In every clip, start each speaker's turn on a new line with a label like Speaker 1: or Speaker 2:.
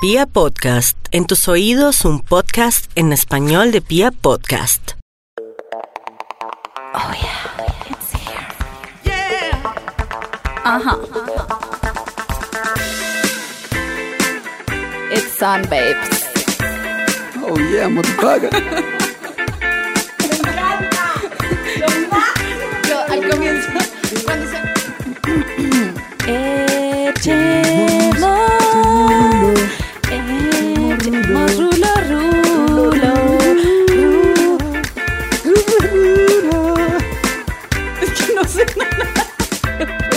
Speaker 1: Pia Podcast, en tus oídos un podcast en español de Pia Podcast.
Speaker 2: Oh yeah, it's here. Yeah. Uh huh. It's Sun Babes.
Speaker 3: Oh yeah, motherfucker.
Speaker 2: Yo al comienzo, cuando se... Echemos, echemos rulo, rulo, rulo. Es que no sé nada.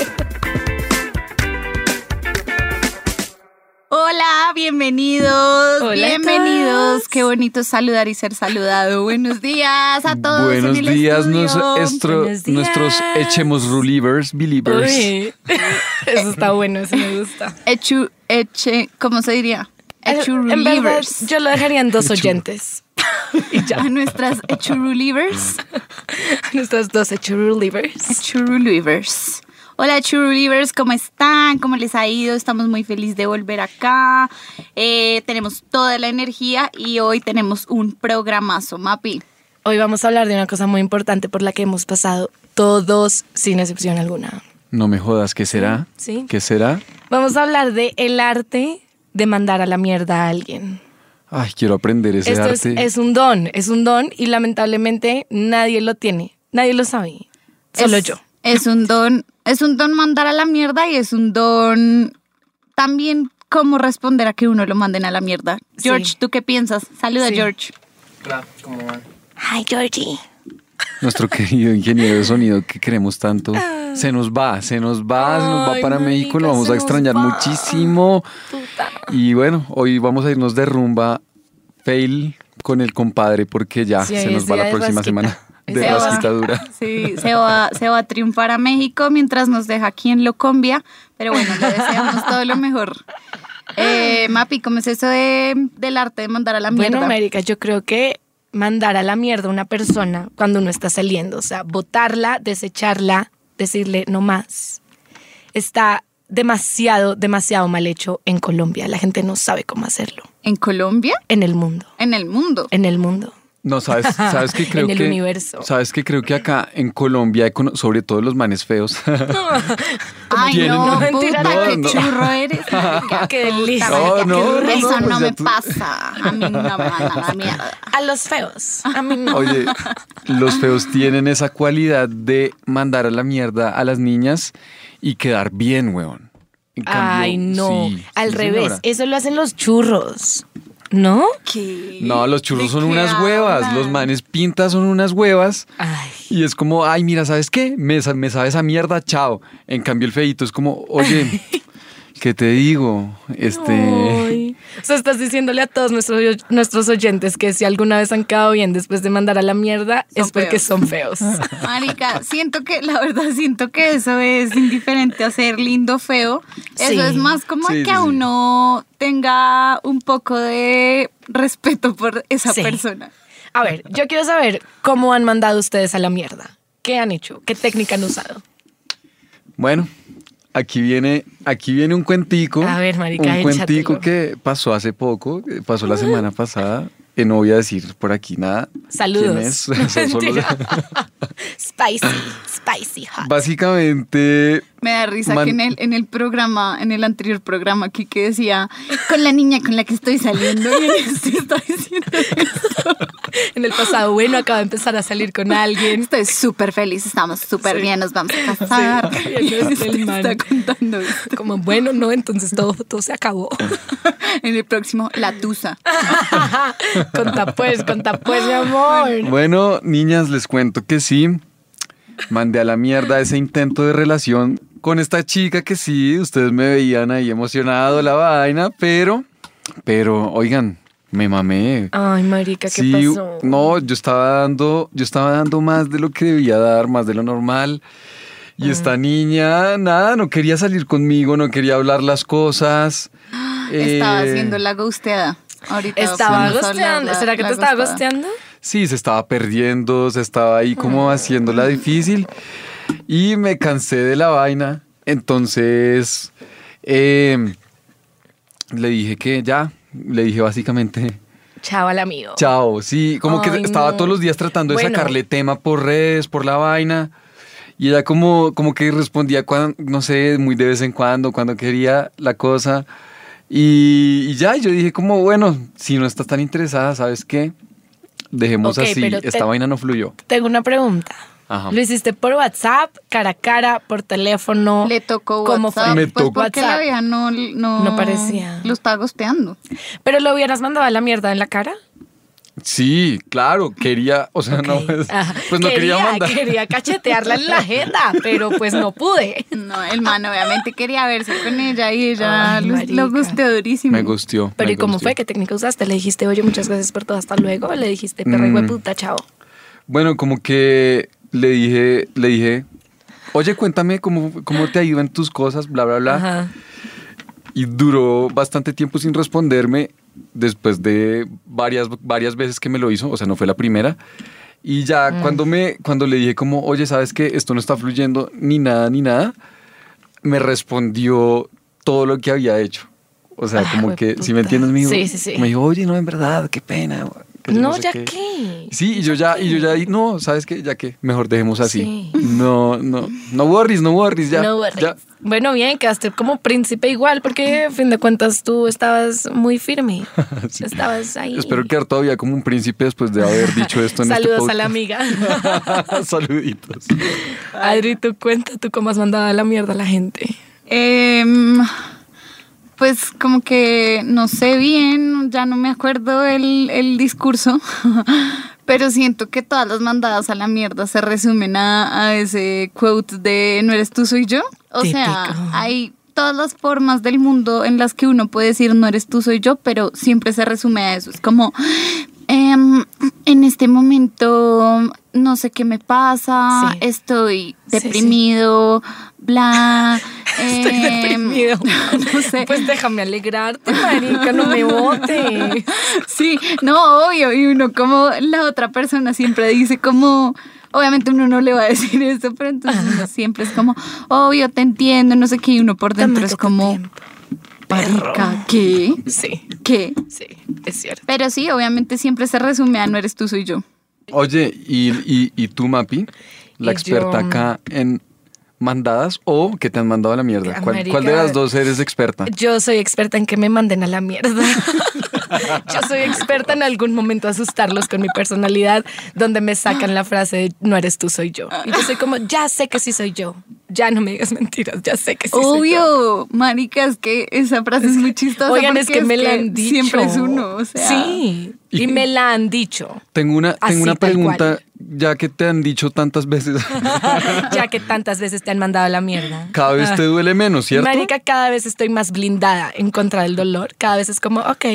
Speaker 2: Hola, bienvenidos,
Speaker 4: Hola a
Speaker 2: bienvenidos. Qué bonito saludar y ser saludado. Buenos días a todos.
Speaker 3: Buenos
Speaker 2: en el
Speaker 3: días, nos-
Speaker 2: estudio.
Speaker 3: estro-
Speaker 4: Buenos días.
Speaker 3: nuestros echemos relievers, believers.
Speaker 4: Uy, eso está bueno, eso me gusta.
Speaker 2: Echu, eche, ¿cómo se diría? Echu
Speaker 4: Eh, En verdad,
Speaker 2: relievers.
Speaker 4: yo lo dejaría en dos oyentes. y ya,
Speaker 2: A nuestras echu relievers.
Speaker 4: nuestros dos echu relievers.
Speaker 2: Echu relievers. Hola echu relievers, ¿cómo están? ¿Cómo les ha ido? Estamos muy felices de volver acá. Eh, tenemos toda la energía y hoy tenemos un programazo, Mapi.
Speaker 4: Hoy vamos a hablar de una cosa muy importante por la que hemos pasado todos, sin excepción alguna.
Speaker 3: No me jodas, ¿qué será?
Speaker 4: Sí.
Speaker 3: ¿Qué será?
Speaker 4: Vamos a hablar de el arte de mandar a la mierda a alguien.
Speaker 3: Ay, quiero aprender ese
Speaker 4: Esto es,
Speaker 3: arte.
Speaker 4: es un don, es un don y lamentablemente nadie lo tiene, nadie lo sabe, solo
Speaker 2: Es-
Speaker 4: yo.
Speaker 2: Es un don, es un don mandar a la mierda y es un don también cómo responder a que uno lo manden a la mierda. George,
Speaker 4: Sí.
Speaker 2: ¿tú qué piensas? Saluda,
Speaker 4: Sí.
Speaker 2: George.
Speaker 4: Hi Georgie.
Speaker 3: Nuestro querido ingeniero de sonido que queremos tanto. Se nos va, se nos va, se nos va
Speaker 4: Ah. Ay,
Speaker 3: para México, lo
Speaker 4: marica,
Speaker 3: vamos
Speaker 4: se
Speaker 3: a
Speaker 4: nos
Speaker 3: extrañar
Speaker 4: va.
Speaker 3: muchísimo. Y bueno, hoy vamos a irnos de rumba fail con el compadre porque ya
Speaker 4: Sí,
Speaker 3: se
Speaker 4: hoy
Speaker 3: nos
Speaker 4: es
Speaker 3: va la
Speaker 4: día de
Speaker 3: próxima
Speaker 4: rasquita.
Speaker 3: semana
Speaker 4: Hoy
Speaker 3: de
Speaker 4: se va.
Speaker 3: rasquita dura.
Speaker 2: Sí, se va, se va a triunfar a México mientras nos deja aquí en Locombia. Pero bueno, le deseamos todo lo mejor. Eh, Mapi, ¿cómo es eso de, del arte de mandar a la mierda?
Speaker 4: Bueno, América, yo creo que mandar a la mierda a una persona cuando uno está saliendo, o sea, botarla, desecharla, decirle no más, está demasiado, demasiado mal hecho en Colombia. La gente no sabe cómo hacerlo.
Speaker 2: ¿En Colombia?
Speaker 4: En el mundo,
Speaker 2: En el mundo.
Speaker 4: en el mundo.
Speaker 3: No, sabes, sabes que creo
Speaker 4: En el
Speaker 3: que
Speaker 4: universo.
Speaker 3: Sabes que creo que acá en Colombia, hay cono- sobre todo los manes feos.
Speaker 2: Ay,
Speaker 3: tienen-
Speaker 2: no,
Speaker 3: No,
Speaker 2: puta,
Speaker 3: mentira.
Speaker 2: qué
Speaker 3: No, no.
Speaker 2: churro eres. marica.
Speaker 4: Ah, Qué delicia.
Speaker 2: Puta, marica,
Speaker 3: No, no,
Speaker 2: qué
Speaker 3: no,
Speaker 2: Eso no,
Speaker 3: no, pues ya
Speaker 2: me
Speaker 3: tú-
Speaker 2: pasa. A mí no me mandan a la mierda.
Speaker 4: A los feos. A mí no.
Speaker 3: Oye, los feos tienen esa cualidad de mandar a la mierda a las niñas y quedar bien, weón. En cambio,
Speaker 4: Ay, no.
Speaker 3: sí,
Speaker 4: Al
Speaker 3: sí,
Speaker 4: revés.
Speaker 3: señora.
Speaker 4: Eso lo hacen los churros. ¿No?
Speaker 3: No, los
Speaker 2: ¿De
Speaker 3: churros son
Speaker 2: qué
Speaker 3: unas huevas.
Speaker 2: hablan?
Speaker 3: Los manes pintas son unas huevas.
Speaker 4: Ay.
Speaker 3: Y es como, ay, mira, ¿sabes qué? Me, sa- me sabe esa mierda, chao. En cambio, el feito es como, oye, ¿qué te digo? Este.
Speaker 4: Ay. O sea, estás diciéndole a todos nuestros, nuestros oyentes que si alguna vez han quedado bien después de mandar a la mierda,
Speaker 2: Son
Speaker 4: es porque
Speaker 2: feos.
Speaker 4: son feos.
Speaker 2: Marica, siento que, la verdad, siento que eso es indiferente a ser lindo feo. Eso
Speaker 4: Sí.
Speaker 2: es más como
Speaker 3: Sí,
Speaker 2: que
Speaker 3: sí,
Speaker 2: a
Speaker 3: sí.
Speaker 2: uno tenga un poco de respeto por esa
Speaker 4: Sí.
Speaker 2: persona.
Speaker 4: A ver, yo quiero saber cómo han mandado ustedes a la mierda. ¿Qué han hecho? ¿Qué técnica han usado?
Speaker 3: Bueno, aquí viene, aquí viene un cuentico.
Speaker 4: A ver, marica,
Speaker 3: Un
Speaker 4: échatelo.
Speaker 3: cuentico que pasó hace poco, que pasó la semana pasada. Eh, no voy a decir por aquí nada. ¿Quién
Speaker 4: Saludos.
Speaker 3: es? O sea, solo-
Speaker 4: Mentira. spicy, spicy hot.
Speaker 3: Básicamente,
Speaker 2: Me da risa
Speaker 3: Man-
Speaker 2: que en el, en el programa, en el anterior programa aquí que decía, con la niña con la que estoy saliendo, y en este está diciendo esto.
Speaker 4: En el pasado, bueno, acaba de empezar a salir con alguien.
Speaker 2: Estoy súper feliz, estamos súper bien, nos vamos a casar.
Speaker 4: Sí.
Speaker 2: Y
Speaker 4: El
Speaker 2: este
Speaker 4: man.
Speaker 2: está contando esto.
Speaker 4: Como, bueno, no, entonces todo, todo se acabó.
Speaker 2: En el próximo, la tusa.
Speaker 4: conta pues, conta pues, mi amor.
Speaker 3: bueno, niñas, les cuento que sí. Mandé a la mierda ese intento de relación con esta chica que sí, ustedes me veían ahí emocionado la vaina, pero, pero, oigan, me mamé.
Speaker 4: Ay, marica, ¿qué
Speaker 3: sí,
Speaker 4: pasó?
Speaker 3: no, yo estaba dando, yo estaba dando más de lo que debía dar, más de lo normal. Y esta niña, nada, no quería salir conmigo, no quería hablar las cosas.
Speaker 2: Estaba
Speaker 3: Eh,
Speaker 2: haciendo la gusteada. Ahorita
Speaker 4: Estaba
Speaker 2: vamos a hablar
Speaker 4: gosteando.
Speaker 2: la-
Speaker 4: ¿Será que
Speaker 2: la
Speaker 4: te estaba
Speaker 2: ghosteada.
Speaker 4: gosteando?
Speaker 3: Sí, se estaba perdiendo, se estaba ahí como haciéndola difícil. Y me cansé de la vaina. Entonces, eh, le dije que ya, le dije básicamente,
Speaker 4: Chao al amigo.
Speaker 3: Chao, sí, como que
Speaker 4: Ay,
Speaker 3: estaba
Speaker 4: no.
Speaker 3: todos los días tratando de
Speaker 4: Bueno.
Speaker 3: sacarle tema por redes, por la vaina. Y ella como, como que respondía, cuando, no sé, muy de vez en cuando, cuando quería la cosa. Y, y ya, yo dije como, bueno, si no estás tan interesada, ¿sabes qué? Dejemos
Speaker 4: Ok,
Speaker 3: así,
Speaker 4: pero
Speaker 3: esta
Speaker 4: te-
Speaker 3: vaina no fluyó.
Speaker 4: Tengo una pregunta.
Speaker 3: Ajá.
Speaker 4: ¿Lo hiciste por WhatsApp, cara a cara, por teléfono?
Speaker 2: Le tocó
Speaker 4: ¿Cómo
Speaker 2: WhatsApp.
Speaker 3: Me
Speaker 2: pues
Speaker 3: tocó.
Speaker 2: porque la
Speaker 4: WhatsApp.
Speaker 2: vieja no, no,
Speaker 4: No parecía.
Speaker 2: Lo estaba gosteando.
Speaker 4: ¿Pero lo hubieras mandado a la mierda en la cara?
Speaker 3: Sí, claro, quería, o sea, no,
Speaker 4: Ok.
Speaker 3: pues,
Speaker 4: Ajá.
Speaker 3: pues no quería, mandar.
Speaker 4: Quería cachetearla en la agenda, pero pues no pude.
Speaker 2: No, el man obviamente quería verse con ella y ella
Speaker 4: Ay,
Speaker 2: lo,
Speaker 4: marica.
Speaker 2: lo gusteó durísimo.
Speaker 3: Me gustió.
Speaker 4: Pero
Speaker 3: me
Speaker 4: ¿y cómo
Speaker 3: gustió.
Speaker 4: fue? ¿Qué técnica usaste? ¿Le dijiste, oye, muchas gracias por todo, hasta luego? ¿O le dijiste, perro
Speaker 3: Mm.
Speaker 4: y puta, chao?
Speaker 3: Bueno, como que le dije, le dije, oye, cuéntame cómo, cómo te ayudan tus cosas, bla, bla, bla.
Speaker 4: Ajá.
Speaker 3: Y duró bastante tiempo sin responderme después de varias, varias veces que me lo hizo, o sea, no fue la primera. Y ya
Speaker 4: Mm.
Speaker 3: cuando, me, cuando le dije como, oye, ¿sabes qué? Esto no está fluyendo ni nada, ni nada, me respondió todo lo que había hecho. O sea,
Speaker 4: Ah,
Speaker 3: como que,
Speaker 4: hueputa.
Speaker 3: si me entiendes, me dijo,
Speaker 4: Sí, sí, sí.
Speaker 3: me dijo, oye, no, en verdad, qué pena. que yo
Speaker 4: No,
Speaker 3: sé
Speaker 4: ya qué.
Speaker 3: Sí, y yo ya, y yo ya, y no, ¿sabes qué? Ya que mejor dejemos así.
Speaker 4: Sí.
Speaker 3: No, no, no worries, no worries, ya.
Speaker 4: No worries.
Speaker 3: ya.
Speaker 4: Bueno, bien, quedaste como príncipe igual, porque a fin de cuentas tú estabas muy firme.
Speaker 3: Sí.
Speaker 4: Estabas Pues ahí.
Speaker 3: Espero quedar todavía como un príncipe después de haber dicho esto en
Speaker 4: Saludos
Speaker 3: este
Speaker 4: a la
Speaker 3: podcast.
Speaker 4: amiga.
Speaker 3: Saluditos.
Speaker 4: Adri, tú cuenta, tú cómo has mandado a la mierda a la gente.
Speaker 2: Em, pues como que no sé bien, ya no me acuerdo el, el discurso, pero siento que todas las mandadas a la mierda se resumen a, a ese quote de no eres tú, soy yo. O sea,
Speaker 4: Típico.
Speaker 2: hay todas las formas del mundo en las que uno puede decir no eres tú, soy yo, pero siempre se resume a eso. Es como... em, en este momento no sé qué me pasa,
Speaker 4: Sí.
Speaker 2: estoy
Speaker 4: Sí, sí.
Speaker 2: deprimido, bla.
Speaker 4: Estoy
Speaker 2: em,
Speaker 4: deprimido.
Speaker 2: No sé.
Speaker 4: Pues déjame alegrarte, marica, no me botes.
Speaker 2: sí, no, obvio. Y uno, como la otra persona siempre dice, como. Obviamente uno no le va a decir eso, pero entonces uno siempre es como, obvio, te entiendo, no sé qué. Y uno por dentro
Speaker 4: Tómate
Speaker 2: es
Speaker 4: tu
Speaker 2: como,
Speaker 4: tiempo.
Speaker 2: marica, ¿qué?
Speaker 4: Sí,
Speaker 2: ¿Qué?
Speaker 4: sí, es cierto.
Speaker 2: Pero sí, obviamente siempre se resume a no eres tú, soy yo.
Speaker 3: Oye, ¿y, y, y tú, Mapi? La
Speaker 4: Y
Speaker 3: experta
Speaker 4: yo-
Speaker 3: acá en mandadas o que te han mandado a la mierda.
Speaker 4: Ah,
Speaker 3: ¿Cuál,
Speaker 4: marica.
Speaker 3: cuál de las dos eres experta?
Speaker 4: Yo soy experta en que me manden a la mierda. Yo soy experta en algún momento asustarlos con mi personalidad, donde me sacan la frase de no eres tú, soy yo. Y yo soy como, ya sé que sí soy yo. Ya no me digas mentiras, ya sé que sí soy yo.
Speaker 2: Obvio, marica, es que esa frase es muy chistosa.
Speaker 4: Oigan, es
Speaker 2: porque
Speaker 4: que me la han dicho.
Speaker 2: Siempre es uno, o sea.
Speaker 4: Sí, y me la han dicho.
Speaker 3: Tengo una,
Speaker 4: Así,
Speaker 3: tengo una
Speaker 4: tal
Speaker 3: pregunta, ya que te han dicho tantas veces,
Speaker 4: Ya que tantas veces te han mandado a la mierda.
Speaker 3: cada vez te duele menos, ¿cierto?
Speaker 4: Marica, cada vez estoy más blindada en contra del dolor. Cada vez es como, ok,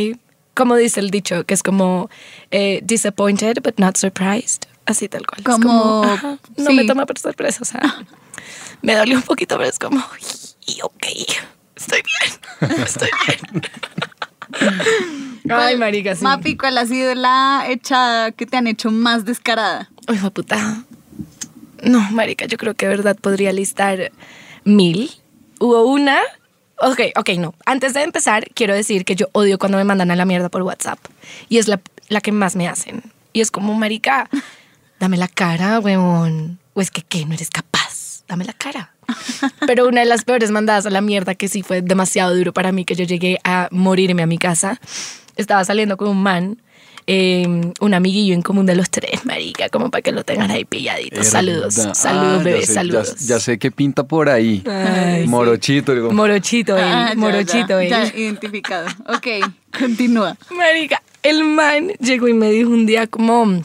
Speaker 4: como dice el dicho, que es como eh, disappointed but not surprised. Así tal cual. Es
Speaker 2: Como-
Speaker 4: ajá, no me
Speaker 2: sí.
Speaker 4: toma por sorpresa. O sea, me dolió un poquito, pero es como, y ok, estoy bien, estoy bien. Ay,
Speaker 2: ¿Cuál-
Speaker 4: marica, sí.
Speaker 2: Mapi, ¿cuál ha sido la echada que te han hecho más descarada?
Speaker 4: Uy, fue puta. No, marica, yo creo que de verdad podría listar mil. Hubo una. Ok, ok, no. Antes de empezar, quiero decir que yo odio cuando me mandan a la mierda por WhatsApp. Y es la, la que más me hacen. Y es como, marica, dame la cara, weón. O es que, ¿qué? No eres capaz. Dame la cara. Pero una de las peores mandadas a la mierda que sí fue demasiado duro para mí, que yo llegué a morirme a mi casa. Estaba saliendo con un man, eh, un amiguillo en común de los tres, marica, como para que lo tengan ahí pilladito.
Speaker 3: Era-
Speaker 4: saludos,
Speaker 3: Ah,
Speaker 4: saludos,
Speaker 3: ya
Speaker 4: bebé,
Speaker 3: sé, ya-
Speaker 4: saludos.
Speaker 3: Ya, sé qué pinta por ahí.
Speaker 4: Ay, sí.
Speaker 3: Morochito, digo.
Speaker 4: Morochito él,
Speaker 2: Ah, ya,
Speaker 4: morochito
Speaker 2: ya,
Speaker 4: él.
Speaker 2: ya, identificado. Ok, continúa.
Speaker 4: Marica, el man llegó y me dijo un día como,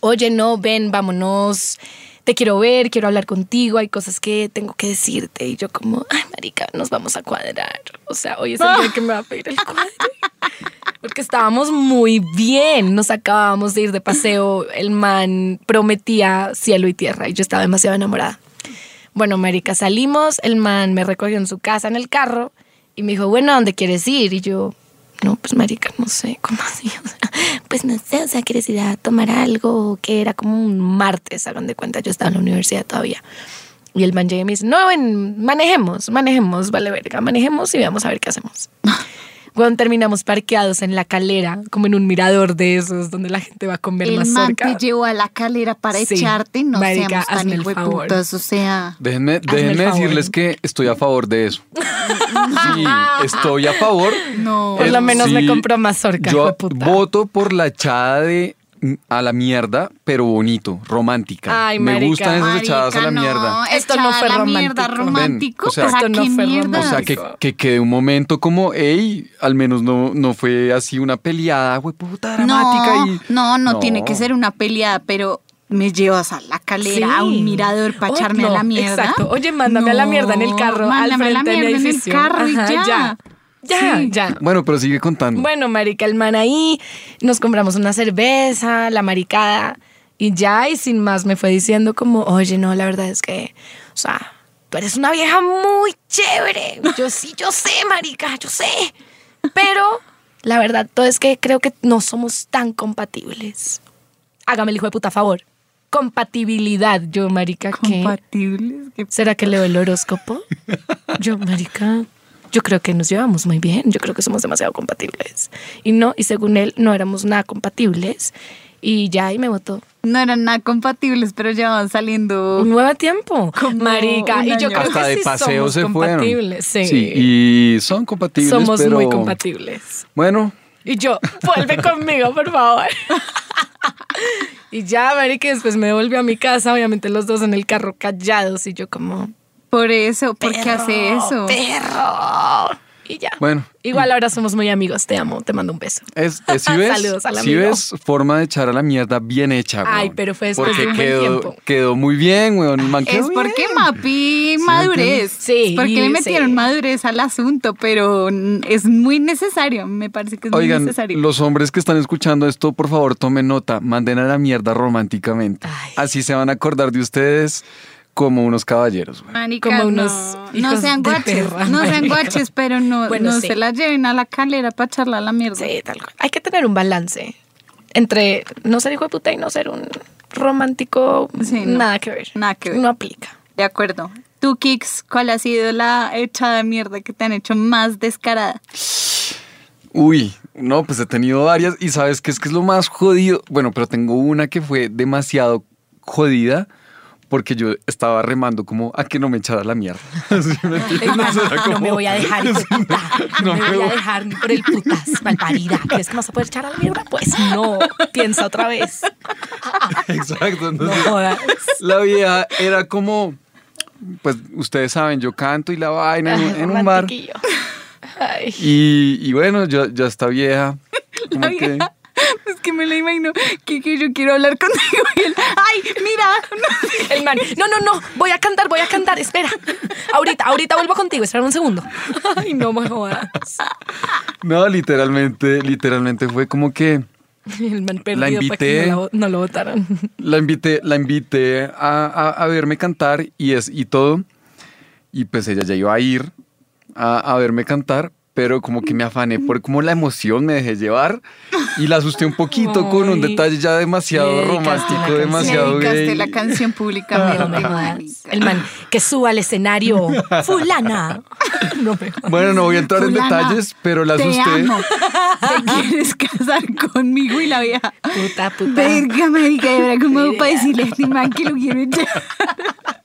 Speaker 4: oye, no, ven, vámonos, te quiero ver, quiero hablar contigo, hay cosas que tengo que decirte. Y yo como, ay, marica, nos vamos a cuadrar. O sea, hoy es el día que me va a pedir el cuadre. Porque estábamos muy bien, nos acabábamos de ir de paseo, el man prometía cielo y tierra y yo estaba demasiado enamorada. Bueno, marica, salimos, el man me recogió en su casa en el carro y me dijo, bueno, ¿a dónde quieres ir? Y yo, no, pues marica, no sé, ¿cómo así? O sea, pues no sé, o sea, ¿quieres ir a tomar algo? Que era como un martes, hagan de cuenta, yo estaba en la universidad todavía. Y el man llega y me dice, no, ven, manejemos, manejemos, vale verga, manejemos y veamos a ver qué hacemos. Bueno, terminamos parqueados en la calera, como en un mirador de esos, donde la gente va a comer
Speaker 2: El man
Speaker 4: mazorca.
Speaker 2: te llevó a la calera para
Speaker 4: Sí,
Speaker 2: echarte, no
Speaker 4: marica,
Speaker 2: seamos tan
Speaker 4: hazme el favor.
Speaker 2: hijueputas, o sea...
Speaker 3: Déjenme,
Speaker 4: el
Speaker 3: déjenme
Speaker 4: favor. ¿eh?
Speaker 3: decirles que estoy a favor de eso. Sí, estoy a favor.
Speaker 2: No.
Speaker 4: Por lo
Speaker 3: Eh,
Speaker 4: menos me
Speaker 3: sí,
Speaker 4: compró mazorca,
Speaker 3: Yo
Speaker 4: hijueputa.
Speaker 3: voto por la echada de mm, a la mierda, pero bonito, romántica.
Speaker 4: Ay,
Speaker 3: me
Speaker 4: marica.
Speaker 3: gustan esas echadas a la
Speaker 2: Marica,
Speaker 3: mierda.
Speaker 2: no,
Speaker 4: Esto
Speaker 2: echada
Speaker 4: no fue
Speaker 2: a la mierda,
Speaker 4: romántico.
Speaker 2: romántico.
Speaker 3: Ven, o sea,
Speaker 2: ¿para
Speaker 4: Esto no
Speaker 2: qué
Speaker 4: fue
Speaker 2: mierda?
Speaker 3: O sea, que,
Speaker 4: Marica.
Speaker 3: que quede un momento como, hey, al menos no, no fue así una peleada, güey, puta dramática.
Speaker 2: no,
Speaker 3: y...
Speaker 2: no, no, tiene que ser una peleada, pero me llevas a la calera, a
Speaker 4: Sí.
Speaker 2: un mirador para
Speaker 4: Oh,
Speaker 2: echarme
Speaker 4: no,
Speaker 2: a la mierda.
Speaker 4: Exacto. Oye, mándame a la
Speaker 2: No,
Speaker 4: mierda en el carro, al
Speaker 2: Mándame a la
Speaker 4: frente del
Speaker 2: mierda en el
Speaker 4: edificio.
Speaker 2: carro y
Speaker 4: Ajá,
Speaker 2: ya.
Speaker 4: ya. Ya,
Speaker 2: Sí.
Speaker 4: ya.
Speaker 3: Bueno, pero sigue contando.
Speaker 4: Bueno, marica, el man ahí, nos compramos una cerveza, la maricada, y ya, y sin más me fue diciendo como, oye, no, la verdad es que, o sea, tú eres una vieja muy chévere. Yo sí, yo sé, marica, yo sé. Pero la verdad, todo es que creo que no somos tan compatibles. Hágame el hijo de puta favor. Compatibilidad, yo, marica, ¿qué?
Speaker 2: Compatibles. qué
Speaker 4: ¿Será que leo el horóscopo? Yo, marica, yo creo que nos llevamos muy bien, yo creo que somos demasiado compatibles. Y no, y según él, no éramos nada compatibles. Y ya, y me votó.
Speaker 2: No eran nada compatibles, pero ya van saliendo.
Speaker 4: Un nuevo tiempo.
Speaker 2: Como
Speaker 4: marica,
Speaker 2: un
Speaker 4: y
Speaker 2: año.
Speaker 4: yo creo
Speaker 3: Hasta
Speaker 4: que
Speaker 3: de
Speaker 4: sí
Speaker 3: paseo
Speaker 4: somos
Speaker 3: se fueron.
Speaker 4: compatibles. Sí.
Speaker 3: y son compatibles.
Speaker 4: somos
Speaker 3: pero-
Speaker 4: muy compatibles.
Speaker 3: Bueno,
Speaker 4: Y yo, vuelve conmigo, por favor. y ya, marica, después me devolvió a mi casa, obviamente los dos en el carro callados, y yo como,
Speaker 2: Por eso, porque
Speaker 4: Perro,
Speaker 2: hace eso.
Speaker 4: Perro. Y ya.
Speaker 3: Bueno.
Speaker 4: Igual ahora somos muy amigos. Te amo. Te mando un beso.
Speaker 3: es, es- si ves,
Speaker 4: Saludos al
Speaker 3: si
Speaker 4: amigo.
Speaker 3: ves forma de echar a la mierda bien hecha,
Speaker 4: Ay,
Speaker 3: weón.
Speaker 4: pero fue después
Speaker 3: Porque
Speaker 4: de un buen
Speaker 3: quedó,
Speaker 4: tiempo.
Speaker 3: quedó muy bien, weón. el man quedó
Speaker 2: Es porque
Speaker 3: bien.
Speaker 2: Mapi
Speaker 3: ¿me
Speaker 2: madurez.
Speaker 3: entiendes?
Speaker 4: Sí,
Speaker 2: Es Porque le
Speaker 4: sí.
Speaker 2: metieron madurez al asunto, pero mm, es muy necesario. Me parece que es muy
Speaker 3: Oigan,
Speaker 2: necesario.
Speaker 3: los hombres que están escuchando esto, por favor, tomen nota, manden a la mierda románticamente.
Speaker 4: Ay.
Speaker 3: Así se van a acordar de ustedes como unos caballeros. güey.
Speaker 2: Marica,
Speaker 4: Como
Speaker 2: no.
Speaker 4: unos
Speaker 2: no,
Speaker 4: hijos
Speaker 2: sean
Speaker 4: de
Speaker 2: guaches,
Speaker 4: perra,
Speaker 2: no sean
Speaker 4: marica.
Speaker 2: guaches, pero no,
Speaker 4: Bueno,
Speaker 2: no
Speaker 4: sí.
Speaker 2: se la lleven a la calera para charlar la mierda.
Speaker 4: Sí, tal cual. Hay que tener un balance entre no ser hijo de puta y no ser un romántico.
Speaker 2: Sí, no.
Speaker 4: Nada que ver.
Speaker 2: Nada que ver.
Speaker 4: No aplica.
Speaker 2: De acuerdo. Tú, Kix, ¿cuál ha sido la echada de mierda que te han hecho más descarada?
Speaker 3: Uy, no, pues he tenido varias y sabes qué es que es lo más jodido. Bueno, pero tengo una que fue demasiado jodida porque yo estaba remando como a que no me echara la mierda. ¿Sí me entiendes? O sea,
Speaker 4: no me
Speaker 3: como-
Speaker 4: voy a dejar, hijo de puta.
Speaker 3: No
Speaker 4: No, me
Speaker 3: me
Speaker 4: voy a
Speaker 3: voy.
Speaker 4: dejar ni por el putas, malparida. ¿Crees que me vas a poder echar a la mierda? Pues no. Piensa otra vez.
Speaker 3: Exacto.
Speaker 4: No
Speaker 3: entonces-
Speaker 4: jodas.
Speaker 3: la vieja era como, pues ustedes saben, yo canto y la vaina en, un-
Speaker 4: Ay,
Speaker 3: en un bar.
Speaker 4: Ah, romantiquillo. Ay.
Speaker 3: Y, y bueno, ya, ya está vieja. como
Speaker 2: La
Speaker 3: que-
Speaker 2: vieja, Es que me la imagino que, que yo quiero hablar contigo y él, ¡ay, mira!
Speaker 4: El man, no, no, no, voy a cantar, voy a cantar, espera. Ahorita, ahorita vuelvo contigo, espera un segundo. Ay, no me jodas.
Speaker 3: no, literalmente, literalmente fue como que
Speaker 4: El man perdido
Speaker 3: La
Speaker 4: pa' que
Speaker 3: invité.
Speaker 4: no, la vo- no lo votaron.
Speaker 3: la invité, la invité a, a- a verme cantar y, es, y todo. Y pues ella ya iba a ir a, a verme cantar, pero como que me afané por como la emoción, me dejé llevar y la asusté un poquito con un
Speaker 4: Ay.
Speaker 3: detalle ya
Speaker 4: Le
Speaker 3: demasiado
Speaker 4: dedicaste la
Speaker 3: romántico,
Speaker 4: canción.
Speaker 3: demasiado
Speaker 2: Le dedicaste
Speaker 3: gay.
Speaker 2: la canción
Speaker 4: No
Speaker 2: públicamente,
Speaker 4: me jodas.
Speaker 2: marica.
Speaker 4: El man, que suba al escenario. Fulana. No me jodas.
Speaker 3: Bueno, no voy a entrar en
Speaker 2: Fulana,
Speaker 3: detalles, pero la
Speaker 2: Te
Speaker 3: asusté.
Speaker 2: amo. ¿Te quieres casar conmigo y la vieja?
Speaker 4: Puta, puta.
Speaker 2: Verga, marica, de verdad, ¿cómo hago para decirle a este man que lo quiero echar?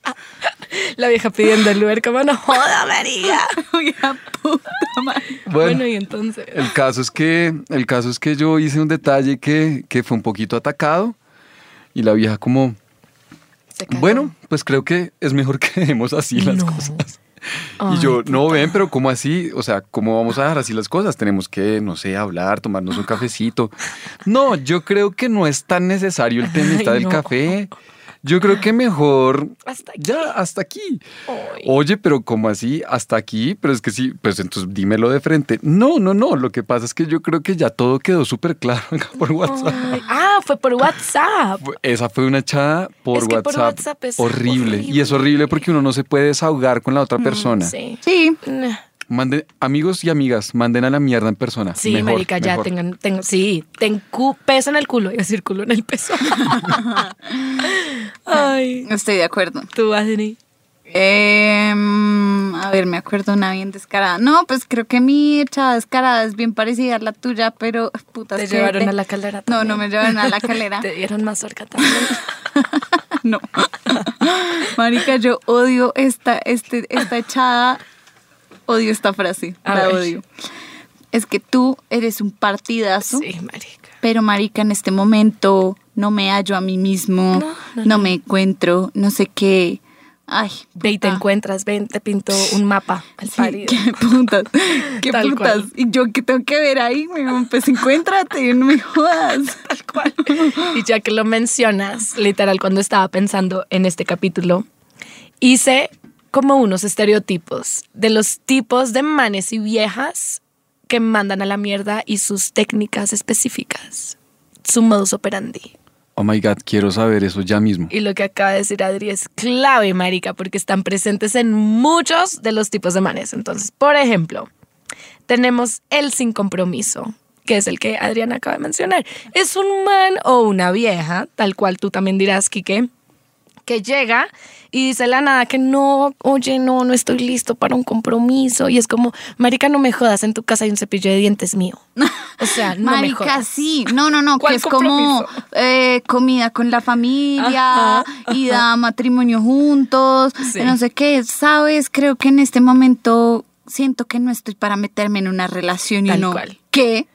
Speaker 4: La vieja pidiendo el Uber, como no joda, María.
Speaker 2: Oiga, puta madre.
Speaker 3: Bueno.
Speaker 4: Bueno, y entonces.
Speaker 3: El caso es que, el caso es que yo hice un detalle que, que fue un poquito atacado y la vieja como,
Speaker 4: se cagó.
Speaker 3: bueno, pues creo que es mejor que dejemos así las
Speaker 4: No.
Speaker 3: cosas.
Speaker 4: Ay,
Speaker 3: y yo, no ven, pero ¿cómo así? O sea, ¿cómo vamos a dejar así las cosas? Tenemos que, no sé, hablar, tomarnos un cafecito. No, yo creo que no es tan necesario el temita
Speaker 4: Ay,
Speaker 3: del
Speaker 4: no.
Speaker 3: café. Yo creo que mejor...
Speaker 4: Hasta aquí.
Speaker 3: Ya, hasta aquí.
Speaker 4: Ay.
Speaker 3: Oye, pero ¿cómo así? Hasta aquí, pero es que sí, pues entonces dímelo de frente. No, no, no, lo que pasa es que yo creo que ya todo quedó súper claro acá por WhatsApp.
Speaker 4: Ay, Ah, fue por WhatsApp.
Speaker 3: Fue- Esa fue una echada por
Speaker 4: Es que
Speaker 3: WhatsApp.
Speaker 4: por WhatsApp es
Speaker 3: horrible. Y es
Speaker 4: horrible. Mm,
Speaker 3: horrible porque uno no se puede desahogar con la otra persona.
Speaker 4: Sí.
Speaker 2: Sí,
Speaker 3: Manden, amigos y amigas, manden a la mierda en persona.
Speaker 4: Sí,
Speaker 3: Mejor,
Speaker 4: marica, ya
Speaker 3: mejor.
Speaker 4: tengan, tengo, sí, ten cu- peso en el culo, iba a decir culo en el peso. Ay,
Speaker 2: estoy de acuerdo.
Speaker 4: tú, Adri.
Speaker 2: Em, a ver, me acuerdo una bien descarada. No, pues creo que mi echada descarada es bien parecida a la tuya, pero puta.
Speaker 4: Te
Speaker 2: es que
Speaker 4: llevaron
Speaker 2: te-
Speaker 4: a la calera
Speaker 2: No,
Speaker 4: también.
Speaker 2: no me llevaron a la calera.
Speaker 4: Te dieron mazorca también.
Speaker 2: no. Marica, yo odio esta, este, esta echada. Odio esta frase.
Speaker 4: A
Speaker 2: la
Speaker 4: ver.
Speaker 2: odio. Es que tú eres un partidazo.
Speaker 4: sí, marica.
Speaker 2: Pero marica, en este momento no me hallo a mí mismo, no,
Speaker 4: No, no,
Speaker 2: me encuentro, no sé qué. Ay,
Speaker 4: Ve y te
Speaker 2: puta.
Speaker 4: encuentras, ven, te pinto un mapa al
Speaker 2: Ah. Sí,
Speaker 4: parido.
Speaker 2: qué putas, qué
Speaker 4: Tal
Speaker 2: putas.
Speaker 4: cual.
Speaker 2: Y yo qué tengo que ver ahí, weón? pues encuéntrate, no me jodas.
Speaker 4: Tal cual. Y ya que lo mencionas, literal, cuando estaba pensando en este capítulo, hice como unos estereotipos de los tipos de manes y viejas que mandan a la mierda y sus técnicas específicas, su modus operandi.
Speaker 3: Oh my God, quiero saber eso ya mismo.
Speaker 4: Y lo que acaba de decir Adri es clave, marica, porque están presentes en muchos de los tipos de manes. Entonces, por ejemplo, tenemos el sin compromiso, que es el que Adriana acaba de mencionar. Es un man o una vieja, tal cual tú también dirás, Quique, que llega y dice la nada que no, oye, no, no estoy listo para un compromiso. Y es como, marica, no me jodas, en tu casa hay un cepillo de dientes mío. O sea, no me
Speaker 2: Marica,
Speaker 4: jodas.
Speaker 2: sí, no, no, no, que
Speaker 4: ¿Cuál
Speaker 2: es como
Speaker 4: compromiso?
Speaker 2: eh, comida con la familia,
Speaker 4: Ajá,
Speaker 2: ida a matrimonio juntos,
Speaker 4: Sí.
Speaker 2: no sé qué, sabes, creo que en este momento siento que no estoy para meterme en una relación y
Speaker 4: Tal
Speaker 2: no.
Speaker 4: cual.
Speaker 2: ¿Qué?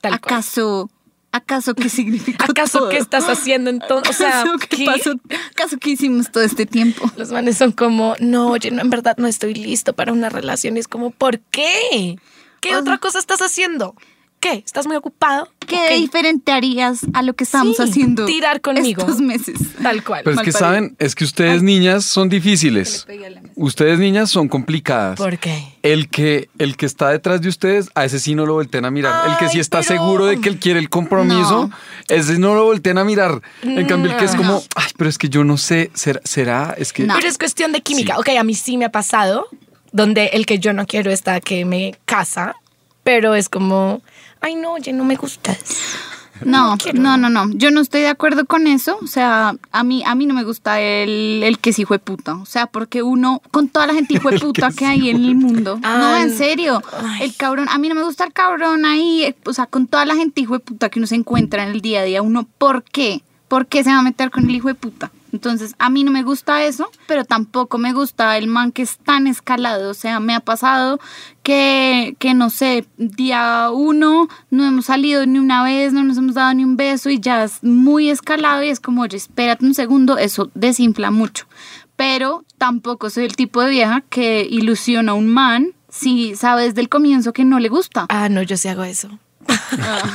Speaker 4: Tal cual.
Speaker 2: ¿Acaso? ¿Acaso qué significa?
Speaker 4: ¿Acaso qué estás haciendo entonces? O sea,
Speaker 2: ¿qué,
Speaker 4: ¿qué?
Speaker 2: pasó? ¿Acaso qué hicimos todo este tiempo?
Speaker 4: Los manes son como, no, oye, no, en verdad no estoy listo para una relación. Y es como, ¿por qué? ¿Qué
Speaker 2: Ah.
Speaker 4: otra cosa estás haciendo? ¿Qué? ¿Estás muy ocupado?
Speaker 2: ¿Qué
Speaker 4: ¿O
Speaker 2: de diferente harías a lo que estábamos
Speaker 4: Sí,
Speaker 2: haciendo
Speaker 4: tirar conmigo.
Speaker 2: estos meses?
Speaker 4: Tal cual.
Speaker 3: Pero es
Speaker 2: mal
Speaker 3: que
Speaker 2: parido.
Speaker 3: saben, es que ustedes niñas son difíciles. Ustedes niñas son complicadas.
Speaker 4: ¿Por qué?
Speaker 3: El que, el que está detrás de ustedes, a ese sí no lo volteen a mirar. el que sí
Speaker 4: Ay,
Speaker 3: está
Speaker 4: pero-
Speaker 3: seguro de que él quiere el compromiso,
Speaker 2: No.
Speaker 3: ese no lo volteen a mirar. En cambio, el que es como,
Speaker 2: No.
Speaker 3: ay, pero es que yo no sé, será, será es que.
Speaker 2: No.
Speaker 4: Pero es cuestión de química. Ok, a mí sí me ha pasado, donde el que yo no quiero está que me casa, pero es como, ay, no, oye, no me gustas.
Speaker 2: No,
Speaker 4: quiero.
Speaker 2: no, no, no. Yo no estoy de acuerdo con eso. O sea, a mí, a mí no me gusta el, el que sí fue puta. O sea, porque uno, con toda la gente hijo de puta que hay en el mundo. no,
Speaker 4: Ay,
Speaker 2: en serio.
Speaker 4: ay.
Speaker 2: El cabrón, a mí no me gusta el cabrón ahí. eh, O sea, con toda la gente hijo de puta que uno se encuentra en el día a día. Uno, ¿por qué? ¿Por qué se va a meter con el hijo de puta? Entonces, a mí no me gusta eso, pero tampoco me gusta el man que es tan escalado. O sea, me ha pasado que, que no sé, día uno no hemos salido ni una vez, no nos hemos dado ni un beso y ya es muy escalado y es como, oye, espérate un segundo, eso desinfla mucho. Pero tampoco soy el tipo de vieja que ilusiona a un man si sabe desde el comienzo que no le gusta. Ah.
Speaker 4: Ah, no, yo sí hago eso.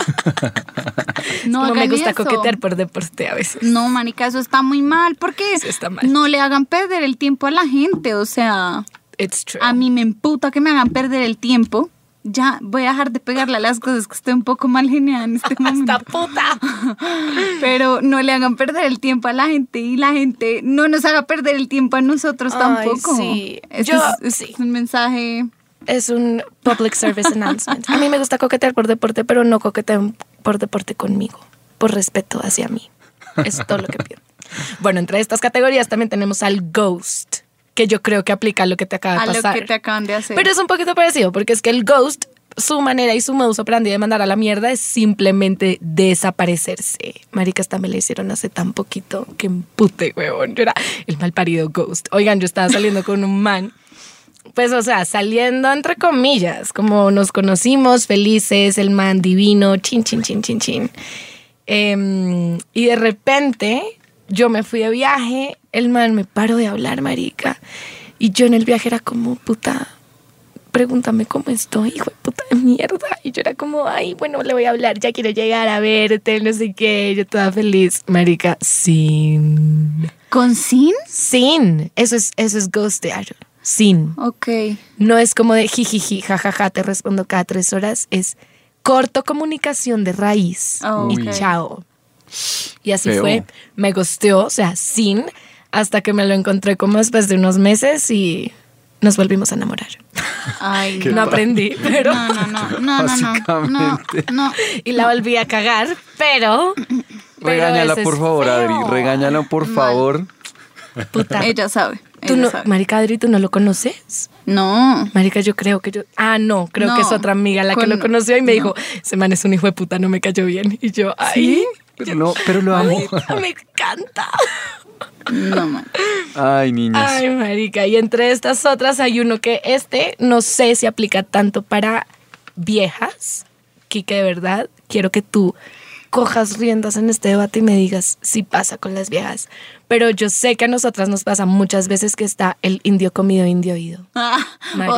Speaker 2: No,
Speaker 4: No Ah. me
Speaker 2: hagan
Speaker 4: gusta
Speaker 2: eso.
Speaker 4: coquetear pues. por deporte a veces.
Speaker 2: No, manica, eso está muy mal porque
Speaker 4: Eso está mal.
Speaker 2: no le hagan perder el tiempo a la gente, o sea...
Speaker 4: It's true.
Speaker 2: A mí me emputa que me hagan perder el tiempo. Ya voy a dejar de pegarle a las cosas que estoy un poco mal genial en este momento.
Speaker 4: Hasta puta.
Speaker 2: Pero no le hagan perder el tiempo a la gente y la gente no nos haga perder el tiempo a nosotros
Speaker 4: Ay,
Speaker 2: tampoco.
Speaker 4: sí.
Speaker 2: Este
Speaker 4: Yo-
Speaker 2: es, este
Speaker 4: sí.
Speaker 2: es un mensaje.
Speaker 4: Es un public service announcement. A mí me gusta coquetear por deporte, pero no coqueteen por deporte conmigo, por respeto hacia mí. Es todo lo que pido. Bueno, entre estas categorías también tenemos al ghost, que yo creo que aplica a lo que te acaba de
Speaker 2: A lo
Speaker 4: pasar.
Speaker 2: que te acaban de hacer.
Speaker 4: Pero es un poquito parecido, porque es que el ghost, su manera y su modus operandi de mandar a la mierda es simplemente desaparecerse. Maricas también le hicieron hace tan poquito que empute, huevón. Yo era el mal parido ghost. Oigan, yo estaba saliendo con un man. Pues, o sea, saliendo entre comillas, como nos conocimos, felices, el man divino, chin, chin, chin, chin, chin. Em, y de repente yo me fui de viaje, el man me paró de hablar, marica. Y yo en el viaje era como, puta, pregúntame cómo estoy, hijo de puta de mierda. Y yo era como, ay, bueno, le voy a hablar, ya quiero llegar a verte, no sé qué, yo toda feliz. Marica, sin.
Speaker 2: ¿Con sin?
Speaker 4: Sin. Eso es, eso es ghostear. Sin.
Speaker 2: Ok.
Speaker 4: No es como de jijiji, jajaja, te respondo cada tres horas. Es corto comunicación de raíz.
Speaker 2: Oh,
Speaker 4: y
Speaker 2: ok.
Speaker 4: chao. Y así
Speaker 3: Feo.
Speaker 4: fue. Me gosteó, o sea, sin, hasta que me lo encontré como después de unos meses y nos volvimos a enamorar.
Speaker 2: Ay,
Speaker 3: Qué
Speaker 4: no
Speaker 2: no.
Speaker 3: padre.
Speaker 4: aprendí, pero.
Speaker 2: No, no, no, no, no, no, no,
Speaker 3: Básicamente.
Speaker 2: no.
Speaker 4: Y la volví a cagar, pero. pero
Speaker 3: Regáñala,
Speaker 4: eso es
Speaker 3: por favor,
Speaker 4: feo.
Speaker 3: Adri. Regáñala, por favor.
Speaker 4: Puta.
Speaker 2: Ella sabe.
Speaker 4: ¿Tú
Speaker 2: ella
Speaker 4: no,
Speaker 2: sabe.
Speaker 4: Marica Adri, ¿tú no lo conoces?
Speaker 2: No.
Speaker 4: Marica, yo creo que yo. Ah, no, creo
Speaker 2: No,
Speaker 4: que es otra amiga la que
Speaker 2: con-
Speaker 4: lo conoció y me
Speaker 2: no.
Speaker 4: dijo: Ese man es un hijo de puta, no me cayó bien. Y yo, ay,
Speaker 3: Pero, no, pero lo amo.
Speaker 4: marica, me encanta.
Speaker 2: No, man.
Speaker 3: Ay, niños.
Speaker 4: Ay, marica. Y entre estas otras hay uno que este no sé si aplica tanto para viejas. Kike, de verdad, quiero que tú cojas riendas en este debate y me digas si pasa con las viejas. Pero yo sé que a nosotras nos pasa muchas veces que está el indio comido, indio oído.
Speaker 2: Ah,
Speaker 4: Marica.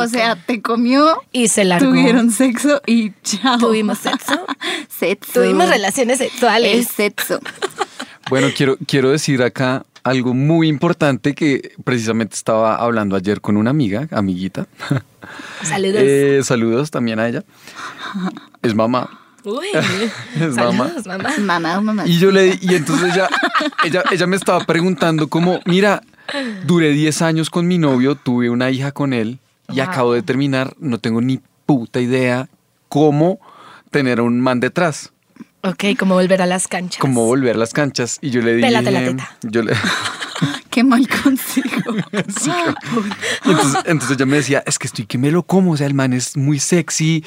Speaker 2: o sea, te comió,
Speaker 4: Y se largó.
Speaker 2: tuvieron sexo y chao.
Speaker 4: ¿Tuvimos sexo?
Speaker 2: sexo.
Speaker 4: Tuvimos relaciones sexuales.
Speaker 2: Es sexo.
Speaker 3: Bueno, quiero, quiero decir acá algo muy importante que precisamente estaba hablando ayer con una amiga, amiguita.
Speaker 4: Saludos.
Speaker 3: Eh, saludos también a ella. Es mamá.
Speaker 4: Uy.
Speaker 3: es
Speaker 4: Saludos, mamá.
Speaker 2: Mamá, mamá.
Speaker 3: Y yo le y entonces ella, ella, ella me estaba preguntando como, mira, duré 10 años con mi novio, tuve una hija con él y
Speaker 4: Wow.
Speaker 3: acabo de terminar, no tengo ni puta idea cómo tener a un man detrás,
Speaker 4: Ok, como volver a las canchas.
Speaker 3: cómo volver a las canchas. Y yo le dije,
Speaker 4: Pélate la teta.
Speaker 3: yo le,
Speaker 2: Ah, Qué mal consigo.
Speaker 3: Y entonces, entonces ella me decía, es que estoy que me lo como, o sea, el man es muy sexy,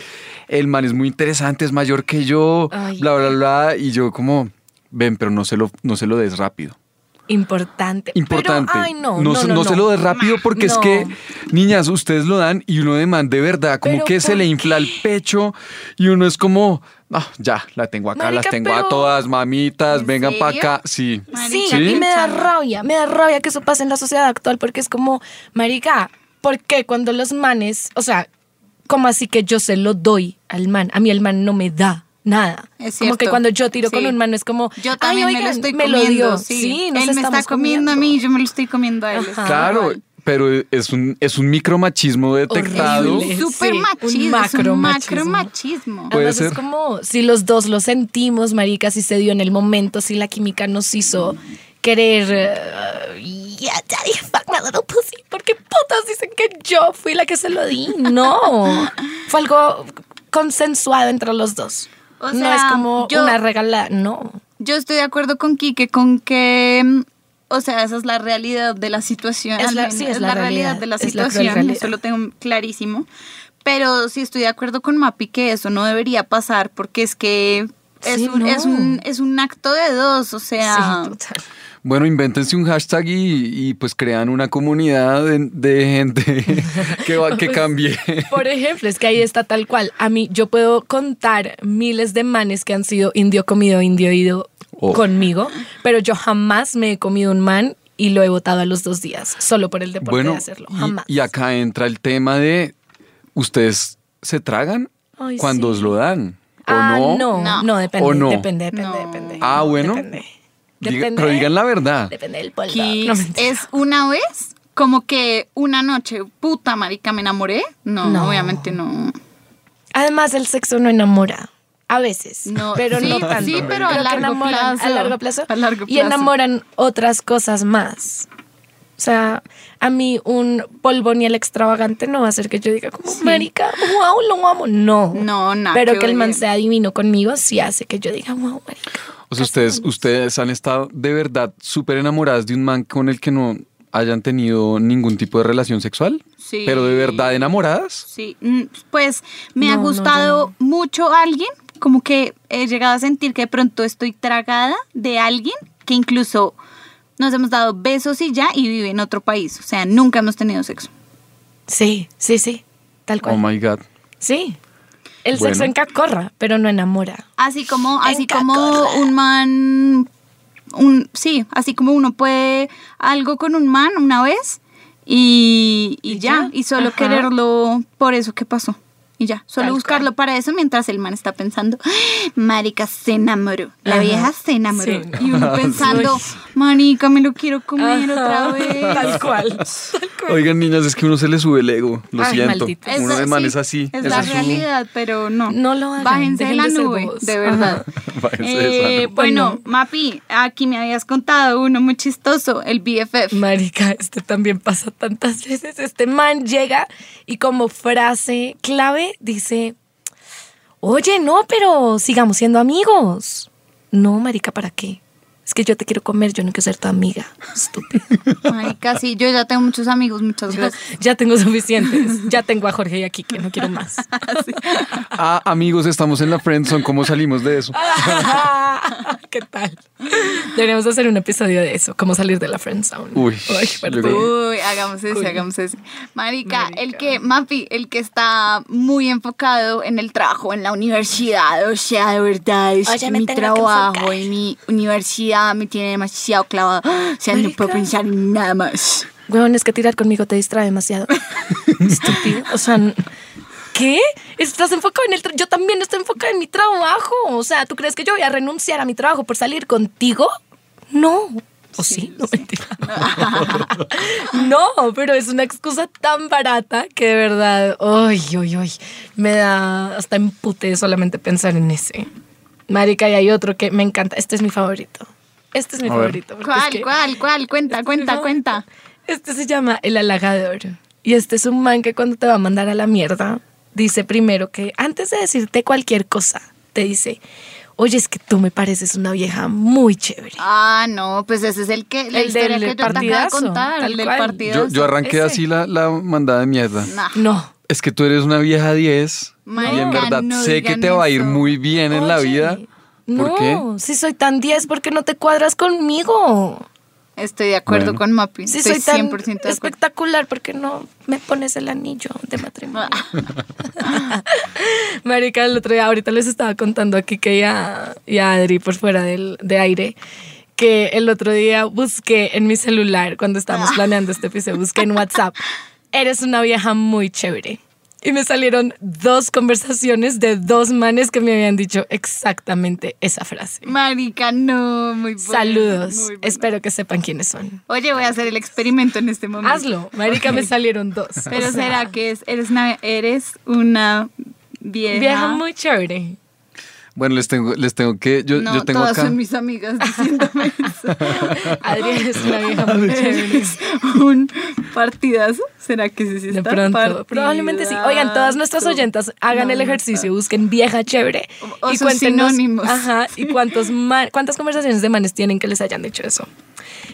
Speaker 3: el man es muy interesante, es mayor que yo,
Speaker 4: Ay.
Speaker 3: bla, bla, bla. Y yo como, ven, pero no se lo, no se lo des rápido.
Speaker 4: Importante.
Speaker 3: Importante.
Speaker 4: Pero, ay, no.
Speaker 3: se, no se lo des rápido porque es
Speaker 4: No.
Speaker 3: que, niñas, ustedes lo dan y uno de man de verdad, como
Speaker 4: Pero
Speaker 3: que se
Speaker 4: ¿por
Speaker 3: le infla el pecho y uno es como, ah, ya, la tengo acá, las
Speaker 4: Marica,
Speaker 3: tengo a
Speaker 4: pero-
Speaker 3: todas, mamitas,
Speaker 2: ¿En
Speaker 3: vengan para
Speaker 2: serio?
Speaker 3: acá. Sí.
Speaker 4: Sí,
Speaker 2: Marica,
Speaker 4: y
Speaker 3: ¿Sí?
Speaker 4: me da
Speaker 2: chamo.
Speaker 4: rabia, me da rabia que eso pase en la sociedad actual porque es como, marica, ¿por qué cuando los manes, o sea, como así que yo se lo doy al man? A mí el man no me da nada.
Speaker 2: Es
Speaker 4: Como que
Speaker 2: cierto,
Speaker 4: cuando yo tiro con
Speaker 2: sí.
Speaker 4: un man no es como,
Speaker 2: Yo también
Speaker 4: "Ay,
Speaker 2: me lo
Speaker 4: oigan,
Speaker 2: estoy
Speaker 4: me
Speaker 2: comiendo.
Speaker 4: dio.
Speaker 2: sí.
Speaker 4: nos
Speaker 2: Él me está
Speaker 4: estamos
Speaker 2: comiendo a mí y yo me lo estoy comiendo a él.
Speaker 4: Ajá.
Speaker 3: Claro,
Speaker 2: igual.
Speaker 3: pero es un, es un micromachismo detectado.
Speaker 4: Horrible.
Speaker 2: Es un super
Speaker 4: Sí, un
Speaker 2: machismo. es Un macro
Speaker 4: macromachismo.
Speaker 2: machismo.
Speaker 3: Puede
Speaker 4: Además,
Speaker 3: ser.
Speaker 4: es como si los dos lo sentimos, marica, si se dio en el momento, si la química nos hizo querer... eh, yeah, daddy, fuck my little pussy. Porque putas dicen que yo fui la que se lo di. No. Fue algo consensuado entre los dos.
Speaker 2: O
Speaker 4: no
Speaker 2: sea,
Speaker 4: es como
Speaker 2: yo-
Speaker 4: una regala, no.
Speaker 2: Yo estoy de acuerdo con Quique, con que, mm, o sea, esa es la realidad de la situación.
Speaker 4: Es
Speaker 2: al
Speaker 4: la-
Speaker 2: menos,
Speaker 4: sí, es la realidad,
Speaker 2: de la
Speaker 4: es la cruel
Speaker 2: situación,
Speaker 4: realidad.
Speaker 2: eso lo tengo clarísimo. Pero sí estoy de acuerdo con Mapi que eso no debería pasar porque es que es,
Speaker 4: Sí,
Speaker 2: un,
Speaker 4: no.
Speaker 2: es, un, es un acto de dos, o sea,
Speaker 4: Sí, total.
Speaker 3: Bueno, invéntense un hashtag y, y, pues crean una comunidad de, de gente que, va- que cambie.
Speaker 4: Pues, Por ejemplo, es que ahí está tal cual. A mí, yo puedo contar miles de manes que han sido indio comido, indio ido
Speaker 3: Oh.
Speaker 4: conmigo, pero yo jamás me he comido un man y lo he votado a los dos días, solo por el deporte
Speaker 3: Bueno,
Speaker 4: de hacerlo.
Speaker 3: y-
Speaker 4: Jamás.
Speaker 3: y, acá entra el tema de ustedes se tragan
Speaker 4: Ay,
Speaker 3: cuando
Speaker 4: sí.
Speaker 3: os lo dan o
Speaker 4: Ah,
Speaker 3: no.
Speaker 4: no, no,
Speaker 2: No.
Speaker 4: depende,
Speaker 3: ¿O no?
Speaker 4: depende, depende,
Speaker 2: No.
Speaker 4: depende.
Speaker 3: Ah,
Speaker 4: No,
Speaker 3: bueno.
Speaker 4: Depende.
Speaker 3: Diga-
Speaker 4: Depende.
Speaker 3: pero digan la verdad.
Speaker 4: Depende del polvo.
Speaker 2: que
Speaker 4: No, mentira.
Speaker 2: es una vez como que una noche, puta marica, me enamoré. No,
Speaker 4: No.
Speaker 2: obviamente no.
Speaker 4: Además, el sexo no enamora. A veces.
Speaker 2: No,
Speaker 4: pero
Speaker 2: sí,
Speaker 4: no tanto.
Speaker 2: sí, pero a
Speaker 4: Creo que
Speaker 2: largo
Speaker 4: enamoran
Speaker 2: plazo.
Speaker 4: A largo plazo.
Speaker 2: A largo
Speaker 4: Y
Speaker 2: plazo.
Speaker 4: enamoran otras cosas más. O sea, a mí un polvo ni el extravagante no va a hacer que yo diga como, marica, wow, lo amo. No.
Speaker 2: No, nada
Speaker 4: Pero
Speaker 2: que
Speaker 4: que el man
Speaker 2: ver.
Speaker 4: sea divino conmigo sí hace que yo diga, wow, marica.
Speaker 3: O sea, ustedes, ustedes han estado de verdad súper enamoradas de un man con el que no hayan tenido ningún tipo de relación sexual.
Speaker 2: Sí.
Speaker 3: Pero de verdad enamoradas.
Speaker 2: Sí, mm, pues me ha
Speaker 4: No, no, yo
Speaker 2: gustado mucho alguien, como que he llegado a sentir que de pronto estoy tragada de alguien que incluso nos hemos dado besos y ya y vive en otro país, o sea, nunca hemos tenido sexo.
Speaker 4: Sí, sí, sí. Tal cual.
Speaker 3: Oh my God.
Speaker 4: sí. El
Speaker 3: Bueno.
Speaker 4: sexo encacorra, pero no enamora.
Speaker 2: Así como
Speaker 4: En
Speaker 2: así como
Speaker 4: Cacorra.
Speaker 2: un man un sí, así como uno puede algo con un man una vez y, y
Speaker 4: ¿Y
Speaker 2: ya,
Speaker 4: ya?
Speaker 2: y solo
Speaker 4: Ajá.
Speaker 2: quererlo por eso que pasó. Y ya, solo
Speaker 4: Tal
Speaker 2: buscarlo
Speaker 4: cual.
Speaker 2: para eso mientras el man está pensando, "Ah, marica se enamoró, la
Speaker 4: Ajá.
Speaker 2: vieja se enamoró.
Speaker 4: Sí.
Speaker 2: Y uno pensando, marica, me lo quiero comer otra
Speaker 4: Ajá. Tal
Speaker 2: vez.
Speaker 4: cual. Tal cual.
Speaker 3: Oigan, niñas, es que uno se le sube el ego. Lo
Speaker 4: Ay,
Speaker 3: siento.
Speaker 4: maldito.
Speaker 2: Es-
Speaker 3: uno de
Speaker 2: sí,
Speaker 3: man es así.
Speaker 2: Es
Speaker 3: esa
Speaker 2: la
Speaker 3: su-
Speaker 2: realidad, pero no.
Speaker 4: No lo hagan,
Speaker 2: Bájense de
Speaker 4: dejen
Speaker 2: la
Speaker 4: de ser
Speaker 2: nube,
Speaker 4: bobos.
Speaker 2: de verdad.
Speaker 3: Bájense de esa
Speaker 2: Eh,
Speaker 3: nube.
Speaker 2: bueno, Mapi, aquí me habías contado uno muy chistoso, el BFF.
Speaker 4: Marica, este también pasa tantas veces. Este man llega y como frase clave dice, oye, no, pero sigamos siendo amigos. No, Marica, ¿para qué? Es que yo te quiero comer, yo no quiero ser tu amiga. Estúpida.
Speaker 2: Ay, casi. Yo ya tengo muchos amigos, muchas gracias.
Speaker 4: ya tengo suficientes. Ya tengo a Jorge y a Kike, no quiero más.
Speaker 3: Ah, amigos, estamos en la friendzone, ¿cómo salimos de eso?
Speaker 4: ¿Qué tal? Deberíamos hacer un episodio de eso, cómo salir de la friend zone.
Speaker 3: Uy,
Speaker 4: Ay,
Speaker 3: yo
Speaker 4: perdón.
Speaker 3: creo-
Speaker 2: Uy, hagamos ese,
Speaker 4: Cool.
Speaker 2: hagamos ese. Marica,
Speaker 4: Marica.
Speaker 2: el que, Mapi, el que está muy enfocado en el trabajo, en la universidad, o sea, de verdad, es
Speaker 4: Oye, me
Speaker 2: mi
Speaker 4: tengo que
Speaker 2: trabajo
Speaker 4: enfocar.
Speaker 2: y mi universidad me tiene demasiado clavado. O sea, no puedo
Speaker 4: Marica.
Speaker 2: pensar en nada más.
Speaker 4: Weón, es que tirar conmigo te distrae demasiado. Estúpido. O sea, n- ¿qué? Estás enfocado en el tra- Yo también estoy enfocada en mi trabajo. O sea, ¿tú crees que yo voy a renunciar a mi trabajo por salir contigo? No. ¿O sí? No, mentira. no, pero es una excusa tan barata que de verdad, ay, ay, ay, me da hasta empute solamente pensar en ese. Marica, y hay otro que me encanta. Este es mi favorito. Este es mi
Speaker 3: A ver.
Speaker 4: favorito. porque es
Speaker 2: ¿Cuál,
Speaker 4: que-
Speaker 2: cuál, cuál? Cuenta, cuenta, cuenta.
Speaker 4: este se llama El Halagador. Y este es un man que cuando te va a mandar a la mierda, dice primero que antes de decirte cualquier cosa, te dice, oye, es que tú me pareces una vieja muy chévere.
Speaker 2: Ah, no, pues ese es el que, la
Speaker 4: El
Speaker 2: historia
Speaker 4: del
Speaker 2: que yo te acabo de
Speaker 4: partidazo,
Speaker 2: contar,
Speaker 4: tal
Speaker 2: el del
Speaker 4: cual.
Speaker 2: partidazo.
Speaker 3: Yo, yo arranqué
Speaker 4: Ese.
Speaker 3: así la, la mandada de mierda.
Speaker 2: Nah.
Speaker 4: No.
Speaker 3: Es que tú eres una vieja 10 y
Speaker 2: Marica,
Speaker 3: en verdad
Speaker 2: no
Speaker 3: sé que
Speaker 2: digan
Speaker 3: te va a ir
Speaker 2: eso.
Speaker 3: muy bien en la
Speaker 4: Oye,
Speaker 3: vida. ¿Por
Speaker 4: no,
Speaker 3: qué?
Speaker 4: si soy tan 10, ¿por qué no te cuadras conmigo?
Speaker 2: Estoy de acuerdo
Speaker 3: Bueno.
Speaker 2: con Mapi.
Speaker 4: Si
Speaker 2: Estoy
Speaker 4: soy tan
Speaker 2: 100% de acuerdo.
Speaker 4: espectacular, ¿por qué no me pones el anillo de matrimonio? Marica, el otro día, ahorita les estaba contando aquí que ya y a Adri por fuera del, de aire, que el otro día busqué en mi celular, cuando estábamos
Speaker 2: Ah.
Speaker 4: planeando este episodio, busqué en WhatsApp, eres una vieja muy chévere. Y me salieron dos conversaciones de dos manes que me habían dicho exactamente esa frase.
Speaker 2: Marica, no, muy bueno.
Speaker 4: Saludos,
Speaker 2: muy bueno.
Speaker 4: espero que sepan quiénes son.
Speaker 2: Oye, voy a hacer el experimento en este momento.
Speaker 4: Hazlo, Marica, me salieron dos.
Speaker 2: Pero
Speaker 4: O sea,
Speaker 2: será que es, eres, una, eres una vieja.
Speaker 4: Vieja muy chévere.
Speaker 3: Bueno, les tengo, les tengo que. Yo,
Speaker 2: No,
Speaker 3: yo tengo
Speaker 2: todas
Speaker 3: acá.
Speaker 2: son mis amigas diciéndome eso.
Speaker 4: Adrián es una vieja muy chévere.
Speaker 2: ¿Eres un partidazo? ¿Será que sí, sí
Speaker 4: De
Speaker 2: está
Speaker 4: pronto, probablemente sí. Oigan, todas nuestras
Speaker 2: Partidazo.
Speaker 4: oyentas, hagan el
Speaker 2: No,
Speaker 4: ejercicio, busquen vieja chévere
Speaker 2: O- o
Speaker 4: y
Speaker 2: sus
Speaker 4: cuéntenos,
Speaker 2: sinónimos.
Speaker 4: Ajá, y cuántos ma- cuántas conversaciones de manes tienen que les hayan dicho eso.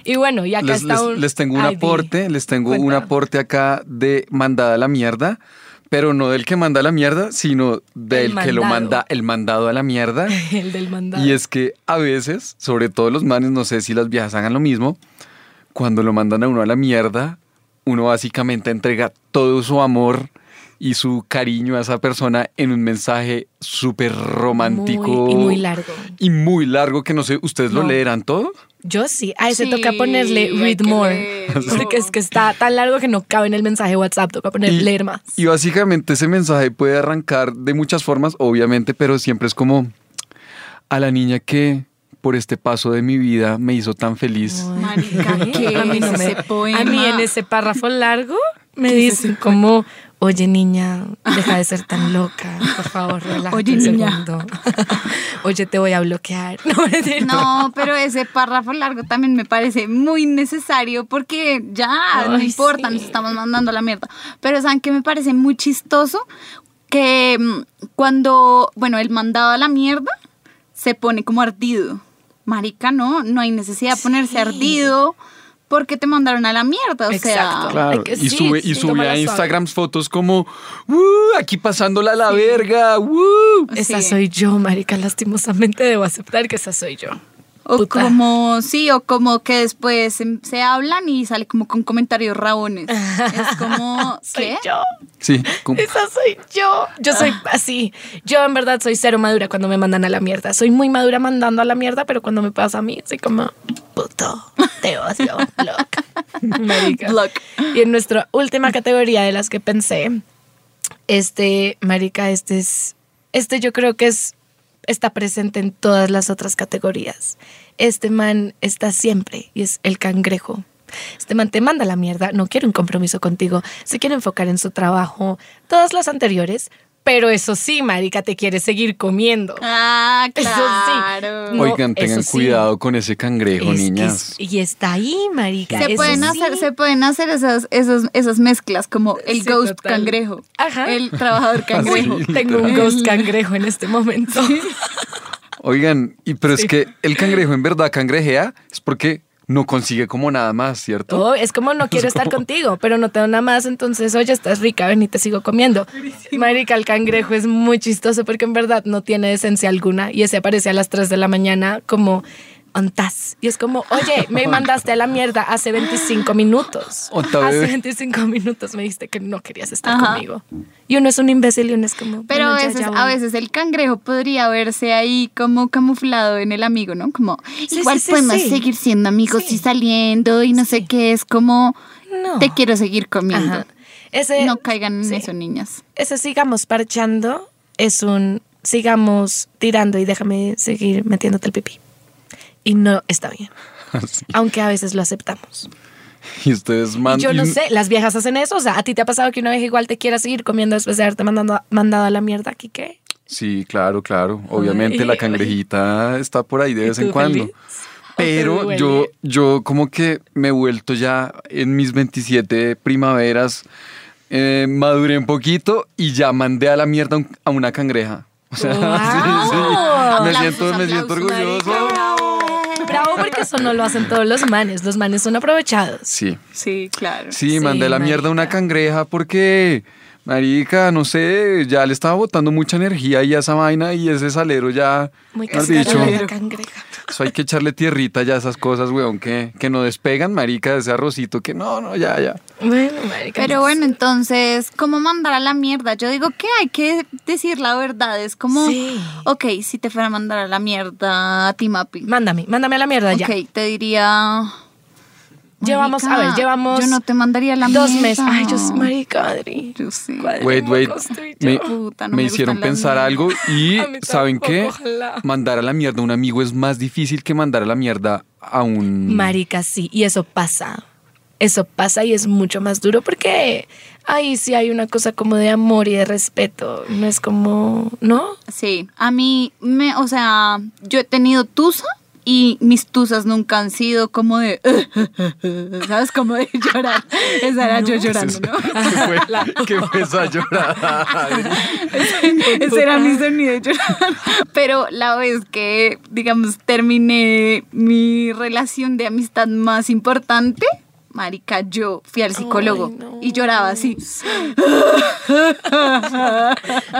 Speaker 4: Y bueno, y acá
Speaker 3: Les,
Speaker 4: está
Speaker 3: les-
Speaker 4: un
Speaker 3: les tengo un
Speaker 4: ID.
Speaker 3: aporte, les tengo un
Speaker 4: Cuenta.
Speaker 3: aporte acá de mandada a la mierda, pero no del que manda a la mierda, sino del que lo
Speaker 4: mandado.
Speaker 3: manda el mandado a la mierda.
Speaker 4: El del mandado.
Speaker 3: Y es que a veces, sobre todo los manes, no sé si las viejas hagan lo mismo, cuando lo mandan a uno a la mierda, uno básicamente entrega todo su amor y su cariño a esa persona en un mensaje súper romántico.
Speaker 4: Muy- y muy largo.
Speaker 3: Y muy largo que no sé, ¿ustedes lo
Speaker 4: No.
Speaker 3: leerán todo?
Speaker 4: Yo sí, a ese
Speaker 2: Sí,
Speaker 4: toca ponerle
Speaker 2: hay
Speaker 4: read
Speaker 2: que
Speaker 4: more.
Speaker 2: leerlo.
Speaker 4: Porque es que está tan largo que no cabe en el mensaje WhatsApp, toca poner
Speaker 3: Y-
Speaker 4: leer más.
Speaker 3: Y básicamente ese mensaje puede arrancar de muchas formas, obviamente, pero siempre es como a la niña que por este paso de mi vida me hizo tan feliz.
Speaker 2: Marica, ¿qué
Speaker 4: A mí, no
Speaker 2: es
Speaker 4: me-
Speaker 2: ese poema?
Speaker 4: a mí en ese párrafo largo me dicen como, oye niña, deja de ser tan loca, por favor, relájate
Speaker 2: Oye,
Speaker 4: un
Speaker 2: niña.
Speaker 4: segundo. oye, te voy a bloquear. No, mentira.
Speaker 2: No, pero ese párrafo largo también me parece muy necesario porque ya, no
Speaker 4: Ay,
Speaker 2: importa,
Speaker 4: sí.
Speaker 2: nos estamos mandando la mierda. Pero ¿saben qué me parece muy chistoso? Que mm, cuando, bueno, el mandado a la mierda se pone como ardido. Marica, no, no hay necesidad de ponerse
Speaker 4: Sí.
Speaker 2: ardido porque te mandaron a la mierda, o sea...
Speaker 4: Exacto.
Speaker 3: Claro,
Speaker 4: Hay que-
Speaker 3: y
Speaker 4: sí,
Speaker 3: sube, y
Speaker 4: sí,
Speaker 3: sube
Speaker 4: tómala
Speaker 3: a
Speaker 4: suave.
Speaker 3: Instagram fotos como "Uh, aquí pasándola a la verga, uh".
Speaker 4: Esa
Speaker 2: Sí.
Speaker 4: soy yo, marica, lastimosamente debo aceptar que esa soy yo.
Speaker 2: O
Speaker 4: Puta.
Speaker 2: como, sí, o como que después se, se hablan y sale como con comentarios rabones. Es como,
Speaker 4: Soy
Speaker 2: ¿qué?
Speaker 4: yo.
Speaker 3: Sí, como-
Speaker 4: Esa soy yo. Yo soy así. Yo en verdad soy cero madura cuando me mandan a la mierda. Soy muy madura mandando a la mierda, pero cuando me pasa a mí, soy como, puto, te odio, block. Marica.
Speaker 2: Block.
Speaker 4: Y en nuestra última categoría de las que pensé, este, marica, este es, este yo creo que es, está presente en todas las otras categorías. Este man está siempre y es el cangrejo. Este man te manda la mierda, no quiere un compromiso contigo, se quiere enfocar en su trabajo, todas las anteriores, pero eso sí, marica, te quiere seguir comiendo.
Speaker 2: Ah,
Speaker 4: Eso sí.
Speaker 2: claro.
Speaker 4: No,
Speaker 3: Oigan, tengan
Speaker 4: eso sí.
Speaker 3: cuidado con ese cangrejo,
Speaker 4: Es que
Speaker 3: niñas.
Speaker 4: es- y está ahí, marica.
Speaker 2: Se
Speaker 4: eso
Speaker 2: pueden, hacer,
Speaker 4: sí.
Speaker 2: se pueden hacer esas, esas, esas mezclas como el
Speaker 4: Eh, Sí,
Speaker 2: ghost
Speaker 4: total.
Speaker 2: cangrejo,
Speaker 4: Ajá.
Speaker 3: Ah,
Speaker 2: el trabajador cangrejo.
Speaker 3: Así.
Speaker 4: Tengo un
Speaker 2: El-
Speaker 4: ghost cangrejo en este momento.
Speaker 3: Oigan, y pero es que el cangrejo en verdad cangrejea es porque no consigue como nada más, ¿cierto?
Speaker 4: Oh, es como no quiero estar contigo, pero no te doy nada más, entonces, oye, estás rica, ven y te sigo comiendo. Marica, el cangrejo es muy chistoso porque en verdad no tiene esencia alguna y ese aparece a las 3 de la mañana como ontas. Y es como, oye, me mandaste a la mierda hace 25 minutos.
Speaker 3: Onta,
Speaker 4: hace
Speaker 3: bebé.
Speaker 4: 25 minutos me dijiste que no querías estar
Speaker 2: Ajá.
Speaker 4: conmigo. Y uno es un imbécil y uno es como...
Speaker 2: Pero
Speaker 4: bueno,
Speaker 2: a
Speaker 4: ya,
Speaker 2: veces,
Speaker 4: ya
Speaker 2: a
Speaker 4: voy.
Speaker 2: veces el cangrejo podría verse ahí como camuflado en el amigo, ¿no? Como
Speaker 4: Sí,
Speaker 2: igual
Speaker 4: sí, sí,
Speaker 2: podemos
Speaker 4: sí.
Speaker 2: seguir siendo amigos
Speaker 4: Sí.
Speaker 2: y saliendo y no sé qué, es como
Speaker 4: No.
Speaker 2: te quiero seguir comiendo.
Speaker 4: Ajá. Ese,
Speaker 2: No caigan en
Speaker 4: sí.
Speaker 2: eso, niñas.
Speaker 4: Ese sigamos parchando es un sigamos tirando y déjame seguir metiéndote el pipí. Y no está bien,
Speaker 3: Sí.
Speaker 4: aunque a veces lo aceptamos.
Speaker 3: Y ustedes
Speaker 4: Y
Speaker 3: mandan.
Speaker 4: yo no sé, las viejas hacen eso. O sea, a ti te ha pasado que una vieja igual te quiera seguir comiendo después de haberte mandando, mandado a la mierda aquí, ¿qué?
Speaker 3: Sí, claro, claro. Obviamente
Speaker 4: Ay,
Speaker 3: la
Speaker 4: ay.
Speaker 3: cangrejita está por ahí de
Speaker 4: ¿Y
Speaker 3: vez en
Speaker 4: tú
Speaker 3: cuando.
Speaker 4: feliz? ¿O te
Speaker 3: Pero
Speaker 4: duele?
Speaker 3: yo, yo como que me he vuelto ya en mis 27 primaveras, eh, maduré un poquito y ya mandé a la mierda un- a una cangreja. O sea,
Speaker 4: ¡Wow!
Speaker 3: sí, sí. Me
Speaker 2: Aplausos,
Speaker 3: siento, me siento
Speaker 2: aplausos,
Speaker 3: orgulloso.
Speaker 2: marica, bravo.
Speaker 4: Bravo, porque eso no lo hacen todos los manes. Los manes son aprovechados.
Speaker 3: Sí,
Speaker 2: Sí, claro.
Speaker 3: sí,
Speaker 4: Sí,
Speaker 3: mandé a la mierda a una
Speaker 4: marica.
Speaker 3: cangreja porque, marica, no sé, ya le estaba botando mucha energía y a esa vaina y ese salero ya,
Speaker 4: Muy
Speaker 3: mal
Speaker 4: cascarón de la cangreja.
Speaker 3: Eso hay que echarle tierrita ya a esas cosas, weón, que, que no despegan, marica, de ese arrocito, que no, no, ya, ya.
Speaker 4: Bueno, marica,
Speaker 2: Pero bueno, entonces, ¿cómo mandar a la mierda? Yo digo que hay que decir la verdad. Es como,
Speaker 4: Sí.
Speaker 2: ok, si te fuera a mandar a la mierda a ti, Mapi.
Speaker 4: Mándame, mándame a la mierda ya.
Speaker 2: Ok, te diría.
Speaker 4: Llevamos, a ver,
Speaker 2: "Marica,
Speaker 4: llevamos
Speaker 2: Yo no te mandaría la
Speaker 4: dos
Speaker 2: mierda".
Speaker 4: meses. Ay, yo soy marica, Adri.
Speaker 2: Yo sí.
Speaker 4: Cuadri,
Speaker 3: Wait, wait.
Speaker 4: mocos, tú y yo.
Speaker 3: Me,
Speaker 2: Puta, no
Speaker 3: me
Speaker 2: me
Speaker 3: hicieron
Speaker 2: gustan las
Speaker 3: pensar
Speaker 2: mierdas.
Speaker 3: algo y
Speaker 4: A mí
Speaker 3: ¿saben
Speaker 4: tampoco,
Speaker 3: qué?
Speaker 4: ojalá.
Speaker 3: Mandar a la mierda a un amigo es más difícil que mandar a la mierda a un...
Speaker 4: Marica, sí, y eso pasa. Eso pasa y es mucho más duro porque ahí sí hay una cosa como de amor y de respeto. No es como, ¿no?
Speaker 2: Sí, a mí, me, o sea, yo he tenido tusa y mis tusas nunca han sido como de, ¿sabes? Como de llorar. Esa era yo llorando, ¿no?
Speaker 3: ¿Qué fue, qué fue esa llorada?
Speaker 2: Ese era mi sonido de llorar. Pero la vez que, digamos, terminé mi relación de amistad más importante, marica, yo fui al psicólogo
Speaker 4: Ay, no.
Speaker 2: y lloraba así.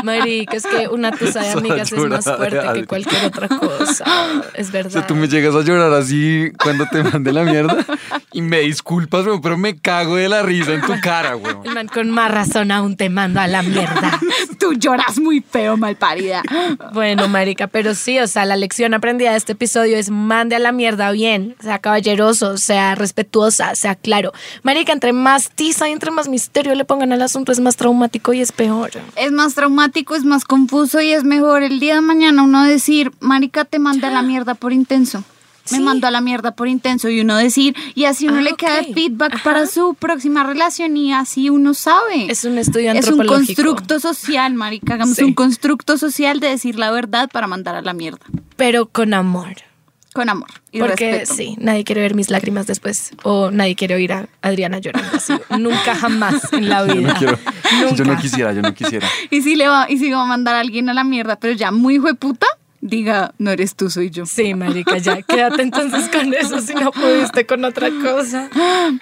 Speaker 4: Marica, es que una tusa de
Speaker 3: Esa
Speaker 4: amigas es más
Speaker 3: llorada,
Speaker 4: fuerte
Speaker 3: Adri.
Speaker 4: que cualquier otra cosa. Es
Speaker 3: O
Speaker 4: verdad.
Speaker 3: sea, tú me llegas a llorar así cuando te mandé la mierda y me disculpas, weón, pero me cago de la risa en tu cara, weón.
Speaker 4: El man con más razón aún te mando a la mierda.
Speaker 2: Tú lloras muy feo, malparida.
Speaker 4: Bueno, marica, pero sí, o sea, la lección aprendida de este episodio es mande a la mierda bien, sea caballeroso, sea respetuosa, sea claro. Marica, entre más tiza y entre más misterio le pongan al asunto es más traumático y es peor.
Speaker 2: Es más traumático, es más confuso y es mejor el día de mañana uno decir, marica, te manda a la mierda por intenso. Me
Speaker 4: Ah. Sí.
Speaker 2: mandó a la mierda por intenso y uno decir, y así uno
Speaker 4: Ah,
Speaker 2: le queda
Speaker 4: ok.
Speaker 2: feedback
Speaker 4: Ajá.
Speaker 2: para su próxima relación y así uno sabe.
Speaker 4: Es un estudio
Speaker 2: Es un
Speaker 4: antropológico.
Speaker 2: constructo social, marica. Hagamos
Speaker 4: Sí.
Speaker 2: un constructo social de decir la verdad para mandar a la mierda.
Speaker 4: Pero con amor.
Speaker 2: Con amor y
Speaker 4: Porque
Speaker 2: respeto.
Speaker 4: sí, nadie quiere ver mis lágrimas después o nadie quiere oír a Adriana llorando así. Nunca jamás en la vida.
Speaker 3: Yo no quiero,
Speaker 4: Nunca.
Speaker 3: yo no quisiera, yo no quisiera.
Speaker 2: Y si le va, y si va a mandar a alguien a la mierda, pero ya muy hueputa, diga, no eres tú, soy yo.
Speaker 4: Sí, marica, ya quédate entonces con eso si no pudiste con otra cosa.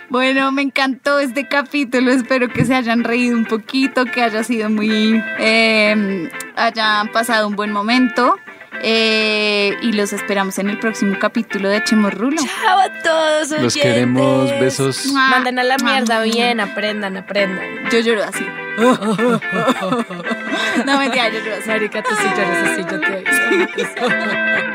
Speaker 2: Bueno, me encantó este capítulo. Espero que se hayan reído un poquito, que haya sido muy. eh, hayan pasado un buen momento. Eh, y los esperamos en el próximo capítulo de Chemorrulo.
Speaker 4: Chao a todos.
Speaker 3: Los
Speaker 4: oyentes.
Speaker 3: queremos, besos.
Speaker 4: Manden a la mierda bien, aprendan, aprendan.
Speaker 2: Yo lloro así. no mentira, yo lloro así.
Speaker 4: Pues, Marica, tú sí lloras así, yo te oigo.